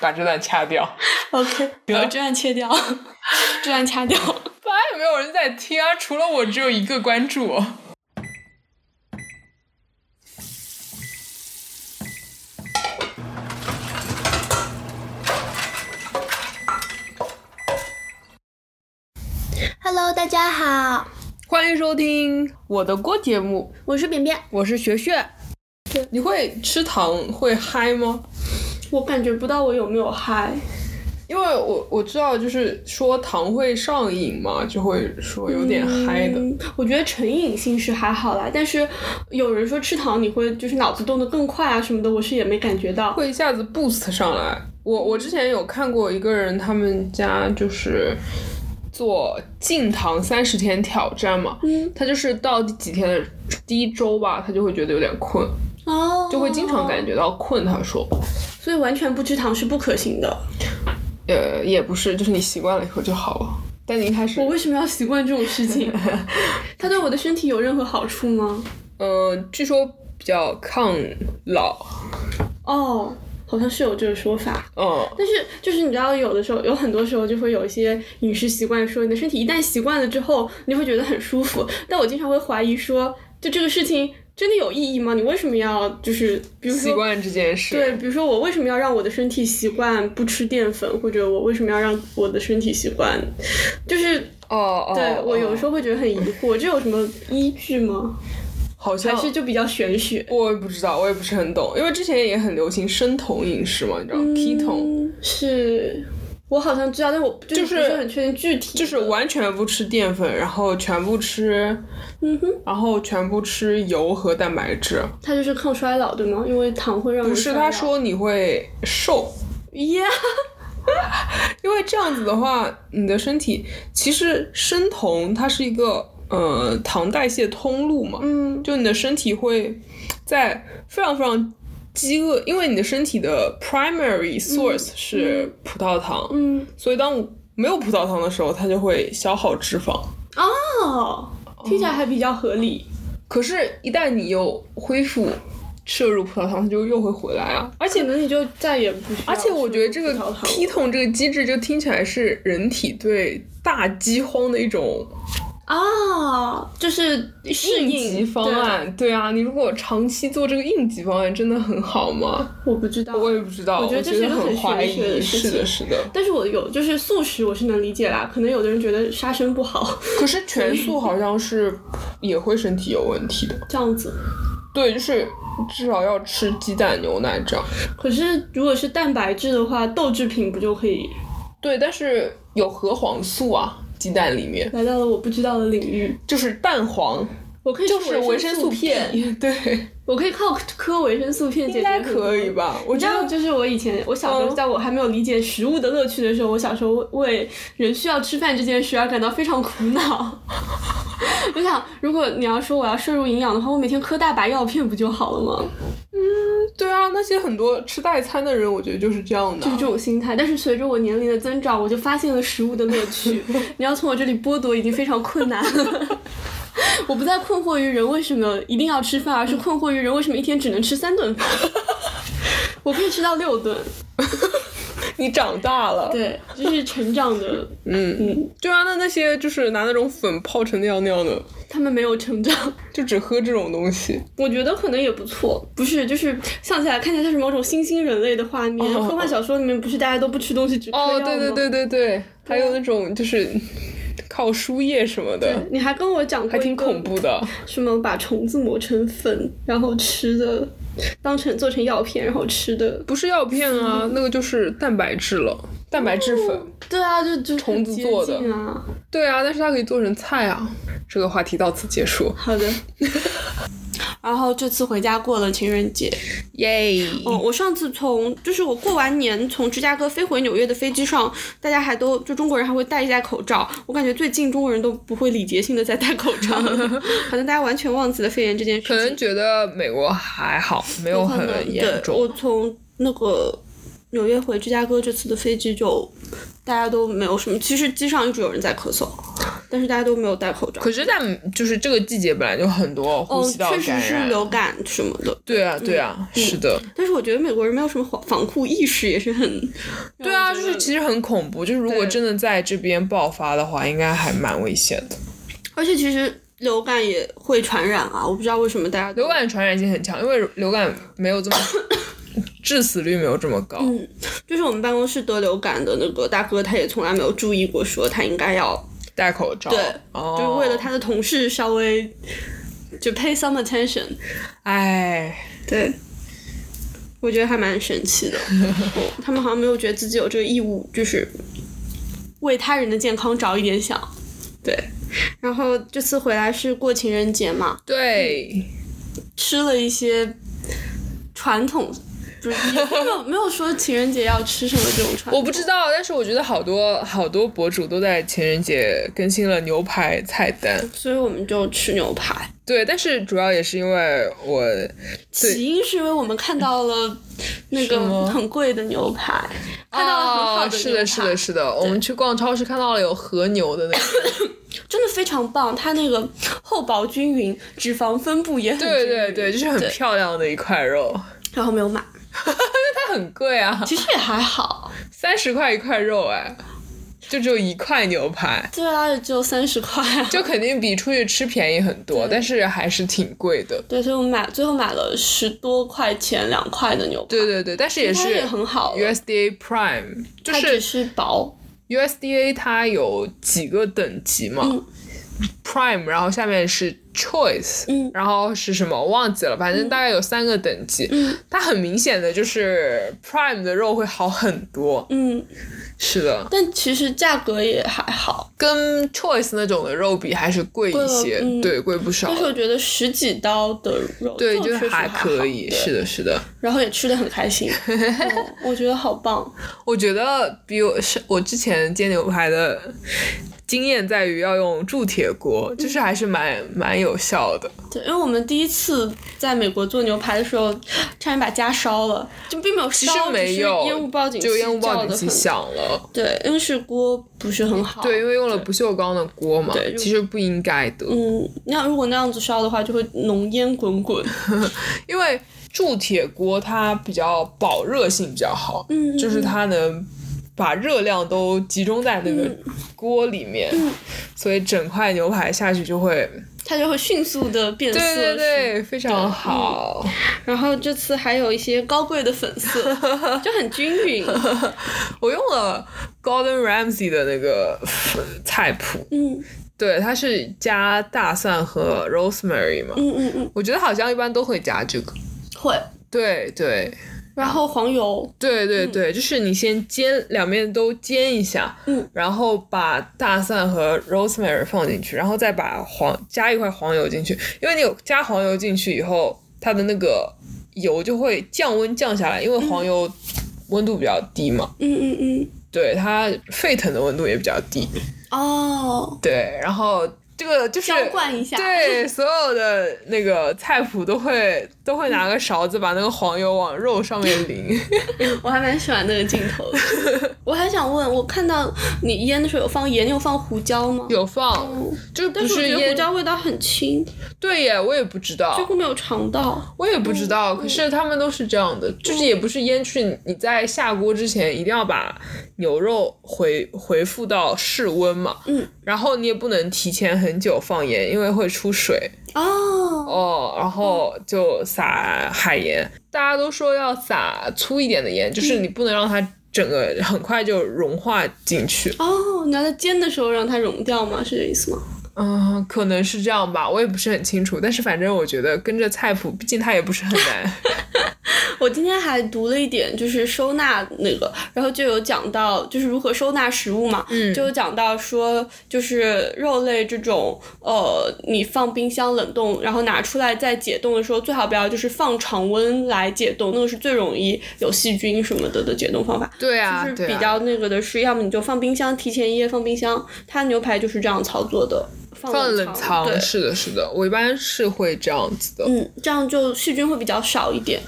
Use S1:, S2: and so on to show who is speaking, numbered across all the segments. S1: 把这段掐掉。
S2: OK，
S1: 得
S2: 把这段切掉，这段掐 掉。
S1: 本来也没有人在听啊，除了我只有一个关注。
S3: Hello，大家好，
S1: 欢迎收听我的锅节目，
S3: 我是扁扁。
S1: 我是学学。你会吃糖会嗨吗？
S2: 我感觉不到我有没有嗨，
S1: 因为我我知道，就是说糖会上瘾嘛，就会说有点嗨的。
S2: 嗯我觉得成瘾性是还好啦，但是有人说吃糖你会就是脑子动得更快啊什么的，我是也没感觉到。
S1: 会一下子 boost 上来。我我之前有看过一个人，他们家就是做禁糖三十天挑战嘛，
S2: 嗯
S1: 他就是到第几天的第一周吧，他就会觉得有点困，
S2: 哦，
S1: 就会经常感
S2: 觉，
S1: 觉到困。他说，
S2: 所以完全不吃糖是不可行的。
S1: 呃，也不是，就是你习惯了以后就好了。但你一开始
S2: 我，为什么要习惯这种事 情？它对我的身体有任何好处吗？
S1: 呃，据说比较抗老，
S2: 哦，好像是有这个说法。
S1: 嗯，
S2: 但是就是你知道，有的时候有很多时候就会有一些饮食习惯，说你的身体一旦习惯了之后，你就会觉得很舒服。 但我经常会怀疑说，就这个事情真的有意义吗？你为什么要就是比如
S1: 习
S2: 说？
S1: 惯这件事，
S2: 对，比如说我为什么要让我的身体习惯不吃淀粉，或者我为什么要让我的身体习惯，就是
S1: 哦哦，
S2: 对我有时
S1: 候
S2: 候会觉得很疑惑，这有什么依据吗？
S1: 好像
S2: 还是就比较玄学？
S1: 我也不知道，我也不是很懂，因为之前也很流行生酮饮食嘛，你知道、keto，
S2: 嗯是，我好像知道，但我就是
S1: 就
S2: 不
S1: 是
S2: 是很确定具体的，
S1: 就是完全不吃淀粉，然后全部吃，
S2: 嗯哼。
S1: 然后全部吃油和蛋白质。
S2: 它就是抗衰老，对吗？因为糖会让人
S1: 不是，
S2: 衰老
S1: 他说你会瘦，
S2: 呀
S1: 因为这样子的话，你的身体其实生酮它是一个呃糖代谢通路嘛，
S2: 嗯，
S1: 就你的身体会在非常非常饥饿，因为你的身体的 primary source 是葡萄糖，
S2: 嗯，
S1: 所以当没有葡萄糖的时候，它就会消耗脂肪。
S2: 哦，听起来还比较合理。
S1: 可是，一旦你又恢复摄入葡萄糖，它就又会回来啊。而
S2: 可
S1: 且，
S2: 能你就再也不需要
S1: 而且我觉得这个
S2: 吃葡萄糖
S1: T 酮这个机制，就听起来是人体对大饥荒的一种
S2: 啊，就是适
S1: 应
S2: 应
S1: 急方。案。对啊，你如果长期做这个应急方案，真的很好吗？
S2: 对我不知道，
S1: 我也不知道，
S2: 我
S1: 我
S2: 觉得这是一个很
S1: 很怀
S2: 玄学的
S1: 疑。
S2: 事
S1: 是的，
S2: 情
S1: 是的。
S2: 但是我有就是素食，我是能理解啦。可能有的人觉得杀生不好，
S1: 可是全素好像是也会身体有问题的。
S2: 这样子。
S1: 对，就是至少要吃鸡蛋、牛奶这样。
S2: 可是如果是蛋白质的话，豆制品不就可以？
S1: 对，但是有核黄素啊，鸡蛋里面
S2: 来到了我不知道的领域，
S1: 就是蛋黄，
S2: 我可以
S1: 就是
S2: 吃
S1: 维
S2: 维
S1: 生
S2: 素
S1: 素 B，对，
S2: 我可以靠嗑维生素片解决。
S1: 应该可以？吧？我
S2: 你知
S1: 觉
S2: 道，
S1: 得
S2: 就是我以前，我小时候，
S1: 嗯
S2: 在我还没有理解食物的乐趣的时候，我小时候为人需要吃饭这件事而感到非常苦恼。 我想，如果你要说我要摄入营养的话，我每天嗑大把药片不就好了吗？
S1: 对啊，那些很多吃代餐的人，我觉得就是这样的
S2: 就是
S1: 啊。
S2: 这种心态。但是随着我年龄的增长，我就发现了食物的乐趣。你要从我这里剥夺已经非常困难了。我不再困惑于人为什么一定要吃饭，而是困惑于人为什么一天只能吃三顿饭。我可以吃到六顿，
S1: 你长大了，
S2: 对，这是成长的
S1: 嗯，对啊，那那些就是拿那种粉泡成那样那样的，
S2: 他们没有成长，
S1: 就只喝这种东西。
S2: 我觉得可能也不错。不是，就是想起来看起来像是某种新兴人类的画面。
S1: 哦
S2: 科幻小说里面不是大家都不吃东西，只嗑药
S1: 哦，
S2: 吗？
S1: 对对对对对，还有那种就是靠输液什么的，
S2: 你还跟我讲过，
S1: 还挺恐，怖的。
S2: 什么把虫子磨成粉，然后吃的，当成做成药片，然后吃的。
S1: 不是药片啊，那个就是蛋白质了，蛋白质粉。
S2: 对啊，就就
S1: 虫子做的
S2: 很接近啊。
S1: 对啊，但是它可以做成菜啊。这个话题到此结束，
S2: 好的。然后这次回家过了情人节，
S1: 耶！
S2: 哦，我上次从就是我过完年从芝加哥飞回纽约的飞机上，大家还都就中国人还会戴一下口罩，我感觉最近中国人都不会礼节性的在戴口罩了， 好像大家完全忘记了肺炎这件事
S1: 可能
S2: 情。
S1: 觉得美国还好，没有
S2: 可能
S1: 很严
S2: 对，
S1: 重。
S2: 我从那个纽约回芝加哥这次的飞机就大家都没有什么，其实机上一直有人在咳嗽，但是大家都没有戴口罩。
S1: 可是，在就是这个季节本来就很多呼
S2: 哦，
S1: 吸道
S2: 确实
S1: 感
S2: 是
S1: 染，
S2: 流嗯感什么的。
S1: 对啊，对啊，是的，
S2: 但是我觉得美国人没有什么防防护意识，也是很
S1: 对啊，
S2: 我
S1: 就
S2: 觉
S1: 是
S2: 得
S1: 其实很恐怖，就是如果
S2: 对
S1: 真的在这边爆发的话，应该还蛮危险的。
S2: 而且其实流感也会传染啊，我不知道为什么大家都
S1: 流感传染性很强，因为流感没有这么致死率没有这么高。
S2: 嗯就是我们办公室得流感的那个大哥，他也从来没有注意过说他应该要，
S1: 戴口罩，
S2: 对
S1: 哦、
S2: 就是为了他的同事稍微就 pay some attention。嗯
S1: 哎，
S2: 对，我觉得还蛮神 奇的，哦他们好像没有觉得自己有这个义务，就是为他人的健康着一点想。对，然后这次回来是过情人节嘛，
S1: 对，
S2: 吃了一些传统，不是也没有没 有说情人节要吃什么这种传 统，
S1: 我不知道，但是我觉得好多好多博主都在情人节更新了牛排菜单，
S2: 所以我们就吃牛排。
S1: 对，但是主要也是因为我对
S2: 起因是因为我们看到了那
S1: 什么
S2: 个很贵的牛排，看到了很好
S1: 哦
S2: 的牛排，
S1: 是的，是的，是的，我们去逛超市看到了有和牛的那个，
S2: 真的非常棒。它那个厚薄均匀，脂肪分布也很均匀
S1: 对对对，就是很漂亮的一块肉，
S2: 然后没有买，
S1: 它很贵啊，
S2: 其实也还好。
S1: 三十块一块肉哎，就只有一块牛排。
S2: 对啊，也只有三十块、 啊。
S1: 就肯定比出去吃便宜很多，但是还是挺贵的。
S2: 对，所以我们买最后买了十多块钱两块的牛排，
S1: 对对对，但是也
S2: 它
S1: 是
S2: 也很好了，
S1: USDA Prime，就
S2: 它只
S1: 是
S2: 是薄。
S1: USDA 它有几个等级嘛、p
S2: 嗯
S1: r i m e 然后下面是 Choice，、
S2: 嗯
S1: 然后是什么我忘记了，反正大概有三个等级。
S2: 嗯
S1: 它很明显的就是 Prime 的肉会好很多，
S2: 嗯，
S1: 是的，
S2: 但其实价格也还好。
S1: 跟 Choice 那种的肉比还是贵
S2: 贵
S1: 一
S2: 了
S1: 些，
S2: 嗯
S1: 对，贵不少
S2: 但。是我觉得十几刀的肉，
S1: 对，
S2: 这
S1: 就
S2: 种
S1: 是
S2: 确实还
S1: 还可以，
S2: 好对
S1: 是的，是的。
S2: 然后也吃的很开 心、哦我觉得好棒。
S1: 我觉得比我是我之前煎牛排的经验在于要用铸铁锅，就是还是蛮蛮有效的。
S2: 对，因为我们第一次在美国做牛排的时候，差点把家烧了，就并没有
S1: 其
S2: 烧，
S1: 实没有，
S2: 只是烟雾报警器
S1: 就烟雾报警
S2: 叫
S1: 器
S2: 得很
S1: 响了。
S2: 对，因为是锅不是很好。
S1: 对，因为用了不锈钢的锅嘛
S2: 对，就
S1: 其实不应该的，
S2: 嗯，那如果那样子烧的话，就会浓烟 滚滚。
S1: 因为铸铁锅它比较保热性比较好，
S2: 嗯，
S1: 就是它能把热量都集中在那个
S2: 嗯
S1: 锅里面，所以整块牛排下去就会，
S2: 它就会迅速的变色。
S1: 对对
S2: 是吗。
S1: 对，非常好。
S2: 然后这次还有一些高贵的粉 色，就很均匀。嗯
S1: 我用了 Gordon Ramsay 的那个呃菜谱，
S2: 嗯
S1: 对，它是加大蒜和 rosemary 嘛，
S2: 嗯嗯嗯，
S1: 我觉得好像一般都会加这个。
S2: 会。
S1: 对对
S2: 然后黄油，
S1: 对对对，就是你先煎两面都煎一下，
S2: 嗯，
S1: 然后把大蒜和 rosemary 放进去，然后再把黄加一块黄油进去，因为你有加黄油进去以后，它的那个油就会降温降下来，因为黄油温度比较低嘛，
S2: 嗯嗯嗯，
S1: 对，它沸腾的温度也比较低，
S2: 哦，
S1: 对，然后这个就是
S2: 浇灌一下。
S1: 对所有的那个菜谱都会都会拿个勺子把那个黄油往肉上面淋。
S2: 我还蛮喜欢那个镜头的。 我还想问，我看到你腌的时候有放盐，有放胡椒吗？
S1: 有放，
S2: 嗯。
S1: 就是不
S2: 但是我哦觉得胡
S1: 腌。
S2: 椒味道很轻，
S1: 对耶，我也不知
S2: 几
S1: 道，
S2: 乎没有尝到。
S1: 我也不知
S2: 嗯
S1: 道。可是他们都是这样的，就是也不是腌去，你你在下锅之前一定要把牛肉回回复到室温嘛。
S2: 嗯。
S1: 然后你也不能提前很久放盐，因为会出水。
S2: 哦，
S1: 哦，然后就撒海盐，大家都说要撒粗一点的盐，就是
S2: 嗯
S1: 你不能让它整个很快就融化进去。
S2: 哦，你要在煎的时候让它融掉吗？是这意思吗？
S1: 嗯，可能是这样吧，我也不是很清楚，但是反正我觉得跟着菜谱，毕竟它也不是很难。
S2: 我今天还读了一点，就是收纳那个，然后就有讲到，就是如何收纳食物嘛，
S1: 嗯
S2: 就有讲到说，就是肉类这种，呃，你放冰箱冷冻，然后拿出来再解冻的时候，最好不要就是放常温来解冻，那个是最容易有细菌什么的的解冻方法。
S1: 对啊，
S2: 就是
S1: 对
S2: 比
S1: 啊，
S2: 较那个的是，要么你就放冰箱，提前一夜放冰箱。它牛排就是这样操作的，放
S1: 放
S2: 冷
S1: 冷藏
S2: 对，嗯
S1: 是的，是的，我一般是会这样子的。
S2: 嗯，这样就细菌会比较少一点。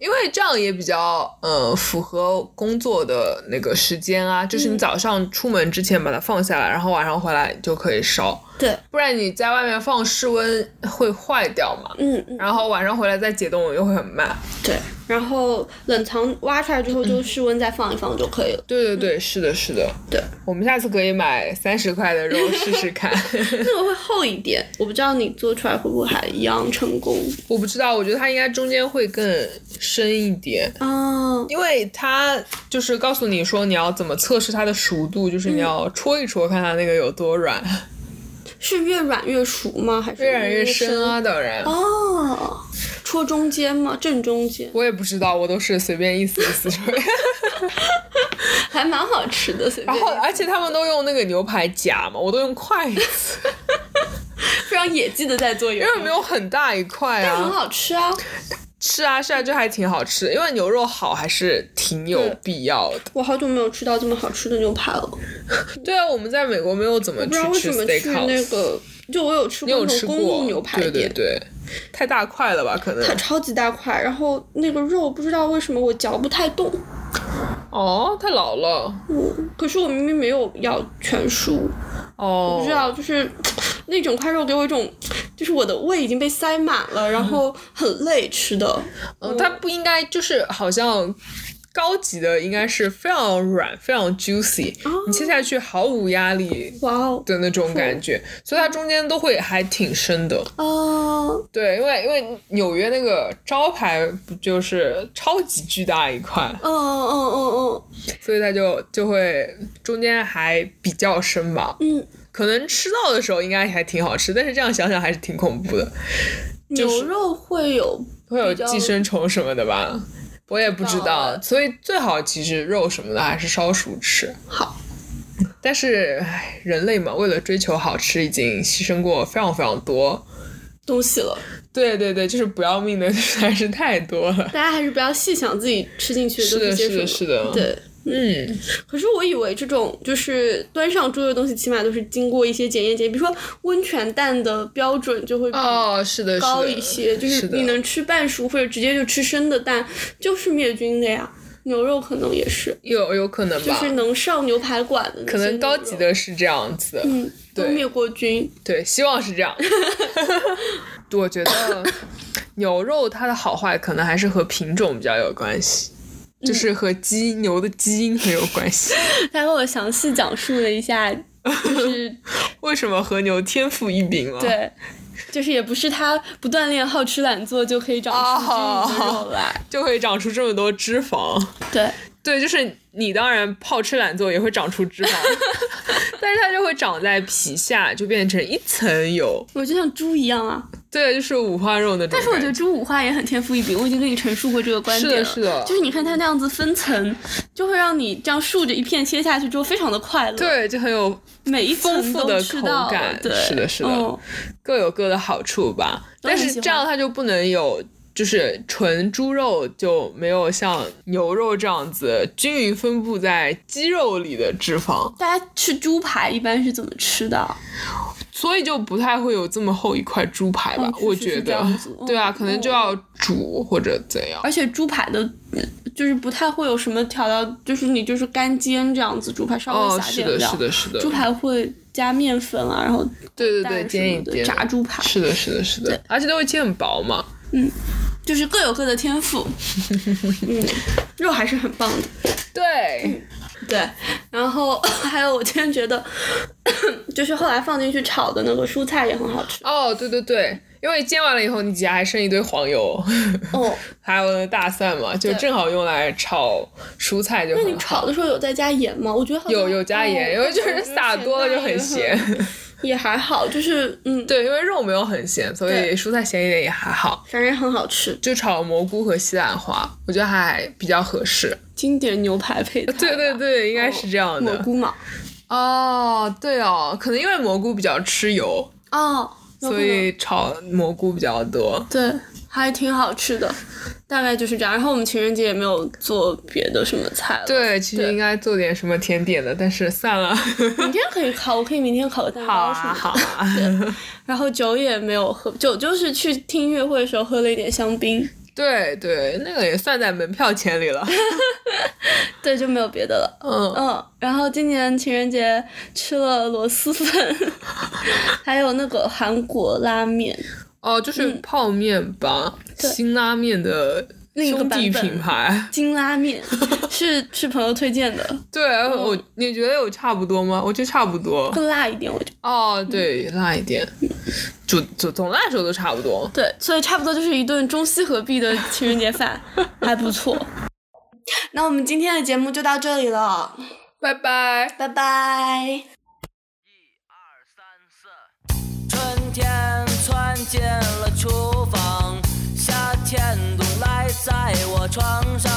S1: 因为这样也比较嗯符合工作的那个时间啊，就是你
S2: 嗯
S1: 早上出门之前把它放下来，然后晚上回来就可以烧，
S2: 对，
S1: 不然你在外面放室温会坏掉嘛，
S2: 嗯嗯，
S1: 然后晚上回来再解冻又会很慢。
S2: 对。然后冷藏挖出来之后，就室温再放一放就可以了。
S1: 对对对，是的，是的，
S2: 嗯对，
S1: 我们下次可以买三十块的肉试试 看。
S2: 这个会厚一点，我不知道你做出来会不会还一样成功。
S1: 我不知道，我觉得它应该中间会更深一点，
S2: 啊，
S1: 因为它就是告诉你说你要怎么测试它的熟度，就是你要戳一戳看它那个有多软，
S2: 嗯 是越软越熟吗？还是
S1: 越染越
S2: 深
S1: 深啊，？当然。
S2: 哦，戳中间吗？正中间，
S1: 我也不知道，我都是随便一撕一撕出来。
S2: 还蛮好吃的。随便
S1: 然后，而且他们都用那个牛排夹嘛，我都用筷子，
S2: 非常野鸡的在做油
S1: 因，为没有很大一块
S2: 但很
S1: 啊。
S2: 好吃啊。
S1: 是啊，是啊，就还挺好吃。因为牛肉好还是挺有
S2: 对
S1: 必要的。
S2: 我好久没有吃到这么好吃的牛排了，
S1: 对啊，我们在美国没有怎么
S2: 不
S1: 去
S2: 知道为
S1: 吃
S2: 什么去
S1: steakhouse，
S2: 那个，就我有吃
S1: 你
S2: 过
S1: 有
S2: 那
S1: 吃
S2: 种
S1: 过
S2: 公路牛排
S1: 对对
S2: 店。
S1: 对，太大块了吧？可能
S2: 它超级大块，然后那个肉不知道为什么我嚼不太动，
S1: 哦，太老了
S2: 嗯，可是我明明没有要全熟，
S1: 哦，
S2: 不知道，就是那整块肉给我一种，就是我的胃已经被塞满了，然后很累吃的。
S1: 嗯，它不应该就是好像高级的应该是非常软、非常 juicy，、你
S2: 哦
S1: 切下去毫无压力
S2: 哇哦，
S1: 的那种感觉，所以它中间都会还挺深的。
S2: 哦，
S1: 对，因为因为纽约那个招牌不就是超级巨大一块，
S2: 哦哦哦哦，
S1: 所以它就就会中间还比较深吧。
S2: 嗯，
S1: 可能吃到的时候应该还挺好吃，但是这样想想还是挺恐怖的，就是
S2: 牛肉会有
S1: 会有
S2: 比较
S1: 寄生虫什么的吧？我也不知
S2: 不知道
S1: 道，
S2: 哎
S1: 所以最好其实肉什么的还是烧熟吃。
S2: 好，
S1: 但是唉人类嘛，为了追求好吃，已经牺牲过非常非常多。
S2: 东西了，
S1: 对对对，就是不要命的 实在是太多了。
S2: 大家还是不要细想自己吃进去
S1: 是
S2: 都
S1: 的，是
S2: 些什么。
S1: 的，是的。，
S2: 对，
S1: 嗯，
S2: 可是我以为这种就是端上桌的东西，起码都是经过一些检验检，比如说温泉蛋的标准就会比
S1: 哦，是的，是的
S2: 高一些，就是
S1: 是的
S2: 你能吃半熟或者直接就吃生的蛋，就是灭菌的呀。牛肉可能也是，
S1: 有有可能
S2: 就
S1: 吧，
S2: 是能上牛排馆的那些
S1: 可能高
S2: 牛
S1: 级
S2: 肉，
S1: 的是这样子。
S2: 嗯，都
S1: 对
S2: 灭过菌。
S1: 对，希望是这 样。我觉得牛肉它的好坏可能还是和品种比较有关系，
S2: 嗯
S1: 就是和基因牛的基因很有关系。
S2: 他跟我详细讲述了一下，就是
S1: 为什么和牛天赋异禀啊了？，
S2: 对，就是也不是他不锻炼、好吃懒做就可以长出这
S1: 哦
S2: 种肉来。
S1: 就会长出这么多脂肪。
S2: 对，
S1: 对，就是你当然好吃懒做也会长出脂肪， 但是它就会长在皮下，就变成一层油。
S2: 我就像猪一样啊。
S1: 对，就是五花肉那种感。
S2: 但是我觉得猪五花也很天赋异禀，我已经跟你陈述过这个观点了。
S1: 是的是的
S2: 就是你看它那样子分层，就会让你这样竖着一片切下去之后非常的快乐。，
S1: 对，就很有
S2: 每一层
S1: 丰富
S2: 都
S1: 的
S2: 吃
S1: 口
S2: 到
S1: 感
S2: 对，
S1: 是的是的
S2: 嗯
S1: 各有各的好处吧。
S2: 都
S1: 但
S2: 很喜欢
S1: 是这样它就不能有，就是纯猪肉就没有像牛肉这样子均匀分布在鸡肉里的脂肪，
S2: 大家吃猪排一般是怎么吃的？
S1: 所以就不太会有这么厚一块猪排吧？
S2: 嗯是
S1: 我
S2: 是
S1: 觉
S2: 是这
S1: 得
S2: 样子，嗯
S1: 对啊，可能就
S2: 嗯
S1: 要煮或者怎样。
S2: 而且猪排的，嗯就是不太会有什么调料，就是你就是干煎这样子，猪排稍微
S1: 哦，
S2: 撒
S1: 是
S2: 点
S1: 的，
S2: 料。
S1: 是的，是的，
S2: 猪排会加面粉啊，然后
S1: 对对
S2: 蛋
S1: 对，
S2: 什
S1: 煎一
S2: 么的
S1: 煎，
S2: 炸猪排，
S1: 是的，是的，是的
S2: 对，
S1: 而且都会煎很薄嘛。
S2: 就是各有各的天赋。嗯，肉还是很棒的。嗯
S1: 对，
S2: 对，然后还有我今天觉得，就是后来放进去炒的那个蔬菜也很好吃。
S1: 哦，对对对，因为煎完了以后，你底下还剩一堆黄油。
S2: 哦，
S1: 还有那大蒜嘛，就
S2: 对
S1: 正好用来炒蔬菜就
S2: 那你
S1: 很好。
S2: 炒的时候有再加盐吗？我觉得好像
S1: 有有加盐，因为就是撒多了就很，
S2: 哦
S1: 咸。
S2: 也还好，就是 嗯，
S1: 对，因为肉没有很咸，所以
S2: 对
S1: 蔬菜咸一点也还好。
S2: 反正很好吃。
S1: 就炒蘑菇和西兰花，我觉得还比较合适。
S2: 经典牛排配菜吧，
S1: 对对对，应该
S2: 哦
S1: 是这样
S2: 蘑
S1: 的。
S2: 菇嘛，
S1: 哦，对哦，可能因为蘑菇比较吃油，
S2: 哦，有可
S1: 所
S2: 能
S1: 以炒蘑菇比较多。
S2: 对。还挺好吃的，大概就是这样。然后我们情人节也没有做别的什么菜了。，
S1: 对，其实
S2: 对
S1: 应该做点什么甜点的，但是算 了。
S2: 明天可以烤，我可以明天烤个蛋糕什么的。
S1: 啊。
S2: 然后酒也没有喝，酒就是去听音乐会的时候喝了一点香槟。
S1: 对对，那个也算在门票钱里 了。
S2: 对，就没有别的了。
S1: 嗯，
S2: 嗯，然后今年情人节吃了螺蛳粉， 还有那个韩国拉面，
S1: 哦，就是泡面吧，
S2: 嗯对
S1: 辛拉面的
S2: 另一个
S1: 兄
S2: 版
S1: 弟
S2: 本
S1: 品牌。
S2: 金拉 面是是朋友推荐的，
S1: 对，我你觉得有差不多吗？我觉得差不多。
S2: 更辣一点，我觉得。
S1: 哦，对，辣一点，总总总的来说都差不多。
S2: 对，所以差不多就是一顿中西合璧的情人节饭，还不错。 那我们今天的节目就到这里了，
S1: 拜拜。
S2: 拜拜。
S4: 春天窜进了厨房，夏天总赖在我床上。